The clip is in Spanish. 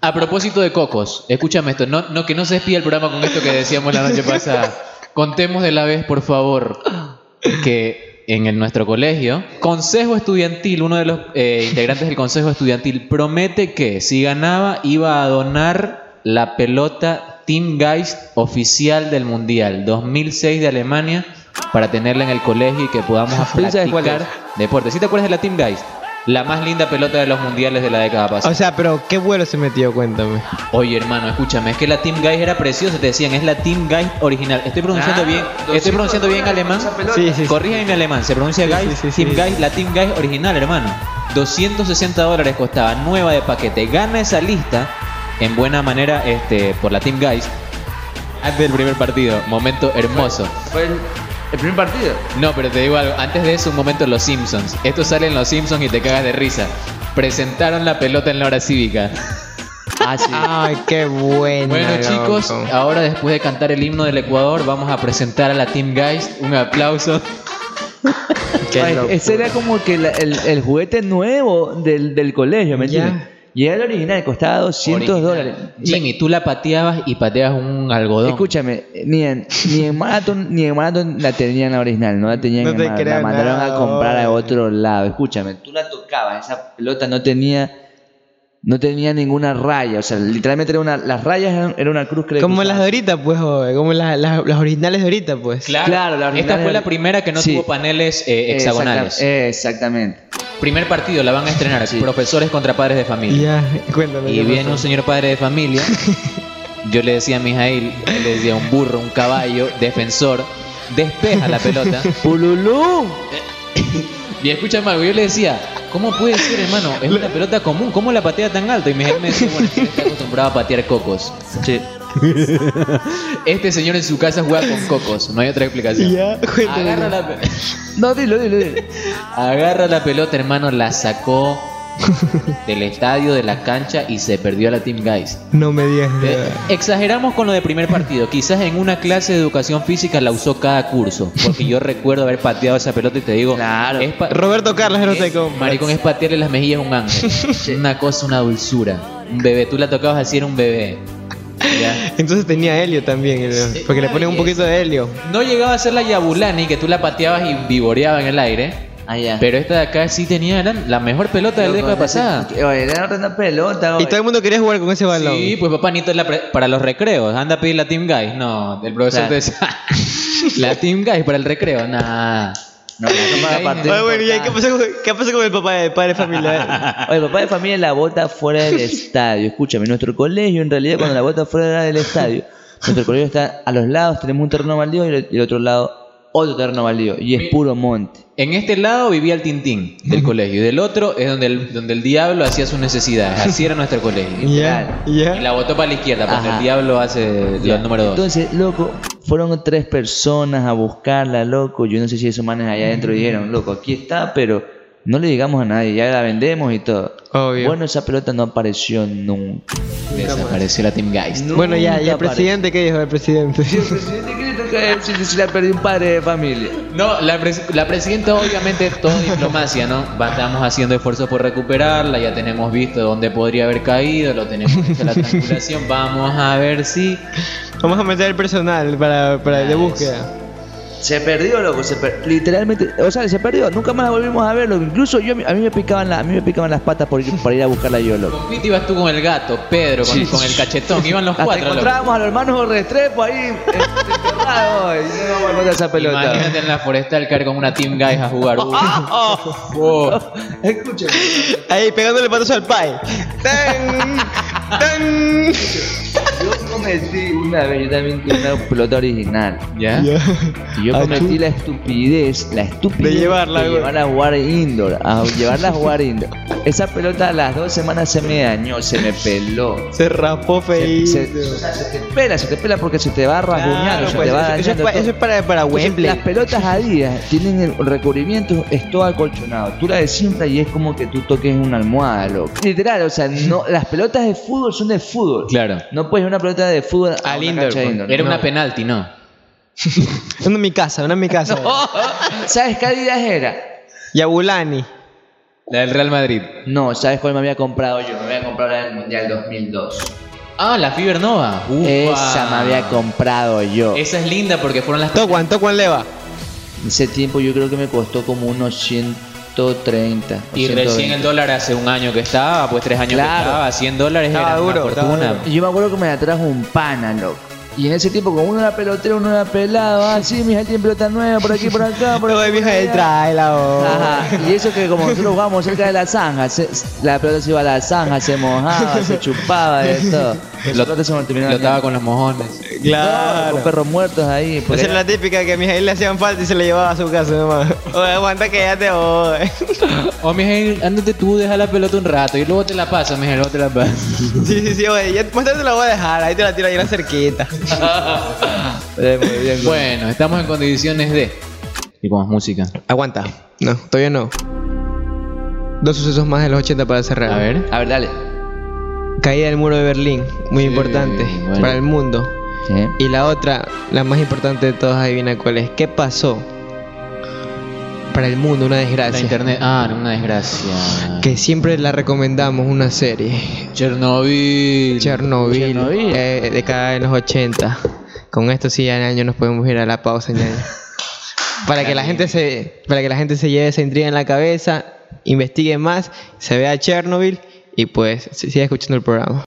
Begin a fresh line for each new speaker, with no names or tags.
A propósito de cocos, escúchame esto, no, no que no se despida el programa con esto que decíamos la noche pasada. Contemos de la vez, por favor, que en el- nuestro colegio, Consejo Estudiantil, uno de los eh, integrantes del Consejo Estudiantil, promete que si ganaba iba a donar la pelota Team Geist oficial del Mundial 2006 de Alemania para tenerla en el colegio y que podamos
¿Tú sabes cuál
practicar deporte. ¿Sí te acuerdas de la Team Geist? La más linda pelota de los mundiales de la década pasada.
O sea, pero ¿qué vuelo se metió? Cuéntame.
Oye, hermano, escúchame, es que la Team Guys era preciosa, te decían, es la Team Guys original. Estoy pronunciando
Ah,
bien,
200
estoy pronunciando bien
dólares
alemán.
esa pelota.
Sí, sí, sí.
Corrígeme mi alemán, se pronuncia
Sí,
Guys,
sí, sí,
Team
sí.
Guys, la Team Guys original, hermano. 260 dólares costaba, nueva de paquete. Gana esa lista en buena manera este por la Team Guys antes del primer partido, momento hermoso.
Fue el, el primer partido.
No, pero te digo algo, antes de eso un momento Los Simpsons. Esto sale en Los Simpsons y te cagas de risa. Presentaron la pelota en la hora cívica. Ah, sí.
Ay, qué bueno.
Bueno chicos, ahora después de cantar el himno del Ecuador vamos a presentar a la Team Guys. Un aplauso. ah,
Ay, ese era como que la- el, el juguete nuevo del, del colegio, ¿me
Ya.
entiendes? Y era el original, costaba 200 dólares.
Original. Jimmy, tú la pateabas y pateabas un algodón.
Escúchame, ni en, ni en Marathon, ni en Marathon la tenían la original, no la tenían
No
en
te
Marathon, la
creo
mandaron
nada,
a comprar a
oye.
otro lado. Escúchame, tú la tocabas, esa pelota no tenía no tenía ninguna raya, o sea, literalmente era una, las rayas eran, era una cruz que le
Como
cruzabas.
las de ahorita, pues, joven, como las, las, las originales de ahorita, pues.
Claro,
claro, la
esta
original
fue
era-
la primera que no
Sí.
tuvo paneles eh,
Exacta-
hexagonales.
exactamente.
Primer partido la van a estrenar,
Sí.
profesores contra padres de familia.
Ya, cuéntame.
Y
qué
viene un
pasó.
señor padre de familia. Yo le decía a Mijail, él le decía un burro, un caballo, defensor, despeja la pelota.
¡Pululú!
Y escúchame algo, yo le decía, ¿cómo puede ser, hermano? Es una pelota común, ¿cómo la patea tan alto? Y Mijail me decía, bueno, es que está acostumbrado a patear cocos. Este señor en su casa juega con cocos, no hay otra explicación.
Ya, cuéntame.
Agarra la, pe-
No, dilo, dilo, dilo.
agarra la pelota, hermano, la sacó del estadio, de la cancha y se perdió a la Team Guys.
No me digas
Eh,
nada.
Exageramos con lo de primer partido. Quizás en una clase de educación física la usó cada curso. Porque yo recuerdo haber pateado esa pelota y te digo.
Claro.
es pa-
Roberto Carlos, no sé
es-
cómo.
Maricón es patearle las mejillas a un ángel. Una cosa, una dulzura. Un bebé. Tú la tocabas así, era un bebé. Ya.
Entonces tenía helio también, el-
Sí,
porque le
una
ponen un
belleza.
poquito de helio.
No llegaba a ser la Yabulani, que tú la pateabas y vivoreaba en el aire.
Ah,
Allá.
Pero esta de acá sí tenía era la mejor pelota del década pasada.
Oye, era una
Y
pelota, oye.
todo el mundo quería jugar con ese balón.
eh. Sí, pues papá, necesito la pre- para los recreos. Anda a pedir la Team Guys. No, el profesor
Claro.
te decía, la Team Guys para el recreo. Nah.
No, no me haga
Ay,
partido
Ay, Ah, bueno, ¿y ahí qué
importante.
pasó, con, qué pasó con el papá de padre familiar?
Oye, Ah, papá de familia la bota fuera del estadio. Escúchame, nuestro colegio en realidad cuando la bota fuera del estadio, nuestro colegio está a los lados, tenemos un terreno baldío y el- y el otro lado otro terreno baldío. Y es puro monte.
En este lado vivía el Tintín del colegio. Y del otro es donde el, donde el diablo hacía sus necesidades. Así era nuestro colegio.
Ya,
Y
ya.
la botó para la izquierda, porque
Ajá.
el diablo hace los números dos.
Entonces, loco, fueron tres personas a buscarla, loco. Yo no sé si esos manes allá adentro dijeron, loco, aquí está, pero no le digamos a nadie, ya la vendemos y todo.
Obvio.
Bueno, esa pelota no apareció nunca.
Desapareció la Team Guys.
Bueno, ya,
Nunca
¿y el presidente qué dijo? El presidente.
si la perdió un padre de familia.
No, la, pres- la presidenta obviamente es todo diplomacia, ¿no? Va- Estamos haciendo esfuerzos por recuperarla, ya tenemos visto dónde podría haber caído, lo tenemos hecho la triangulación, vamos a ver si...
Vamos a meter el personal para, para el de búsqueda.
Se perdió, loco, se per- literalmente, o sea, se perdió, nunca más la volvimos a ver, loco. Incluso yo, a mí me picaban, la- a mí me picaban las patas por ir, por ir a buscarla yo, loco.
Con Pete ibas tú con el gato, Pedro con,
Sí.
con el cachetón, iban los
Hasta
cuatro. loco.
encontrábamos a los hermanos Restrepo ahí, enterrados, y no vamos a encontrar esa pelota.
Imagínate en la forestal caer con una Team Guys a jugar. Uy. oh. Wow.
Escúchame.
Ahí, pegándole patos al pai. ¡Tan! ¡Tan!
Yo cometí una vez, yo también tuve una pelota original.
¿Ya?
Y yo
Ah,
cometí
chu-
la estupidez, la estupidez
De llevarla, güey.
llevarla a jugar indoor, a llevarla a jugar indoor. Esa pelota a las dos semanas se me dañó, se me peló.
Se raspó
Se,
feliz.
se- o sea, se te pela, se te pela porque se te va a rasguñar,
Claro,
se
pues,
te va
eso- eso, es
dañando
pa-
todo.
eso es para, para
Entonces,
Wembley.
Las pelotas adidas tienen el recubrimiento, es todo acolchonado. Tú la desinflas y es como que tú toques una almohada, loco. Literal, o sea, no, las pelotas de fútbol son de fútbol.
Claro.
No puedes llevar una pelota de fútbol a
Al
una
indoor,
Ah, cancha de
pues.
indoor.
Era una
No.
penalti, ¿no?
Una en mi casa, una en mi casa.
¿Sabes qué Adidas era?
Yabulani.
La del Real Madrid.
No, ¿sabes cuál me había comprado yo? Me había comprado ahora en el Mundial 2002.
Ah, la Fibernova. Ufa.
Esa me había comprado yo.
Esa es linda porque fueron las
Tocuan, Tocuan Leva.
Ese tiempo yo creo que me costó como unos 130. o
Y
120.
recién el dólar hace un año que estaba, pues tres años
Claro.
que estaba, 100 dólares
Estaba
era
duro,
una
estaba
fortuna.
duro.
Y yo me acuerdo que me la trajo un pana, loco. Y en ese tiempo, como uno era pelotero, uno era pelado. Ah, sí, mija, tiene pelota nueva, por aquí, por acá, por
Pero
acá.
de vieja del trae la voz.
Ajá. Y eso que como nosotros jugábamos cerca de la zanja, se- la pelota se iba a la zanja, se mojaba, se chupaba, de todo. Los platos se me terminaron
Lo estaba
dañando.
con los mojones.
No,
Claro.
con perros muertos ahí. por
Esa
ahí.
era la típica que a Mijail le hacían falta y se le llevaba a su casa nomás. Oye, aguanta que ya te voy.
O Oh, mi ándate tú, deja la pelota un rato y luego te la paso, mi luego te la paso.
Sí, sí, sí, oye, ya, más tarde te la voy a dejar, ahí te la tiro ahí en la cerquita.
Eh, muy bien, güey.
Bueno, estamos en condiciones de. Y con más música.
Aguanta. No, todavía no. Dos sucesos más de los 80 para cerrar.
A ver.
A ver, dale.
Caída del muro de Berlín, muy
Sí,
importante
bueno.
para el mundo.
¿Eh?
Y la otra, la más importante de todas, adivina cuál es. ¿Qué pasó? Para el mundo, una
La
desgracia.
internet. Ah, una desgracia.
Que siempre la recomendamos, una serie.
Chernobyl.
Chernobyl.
Chernobyl.
eh, década de los 80. Con esto sí, ya en año nos podemos ir a la pausa. ñaño. Para que la gente se para que la gente se lleve esa intriga en la cabeza, investigue más, se vea Chernobyl y pues se siga escuchando el programa.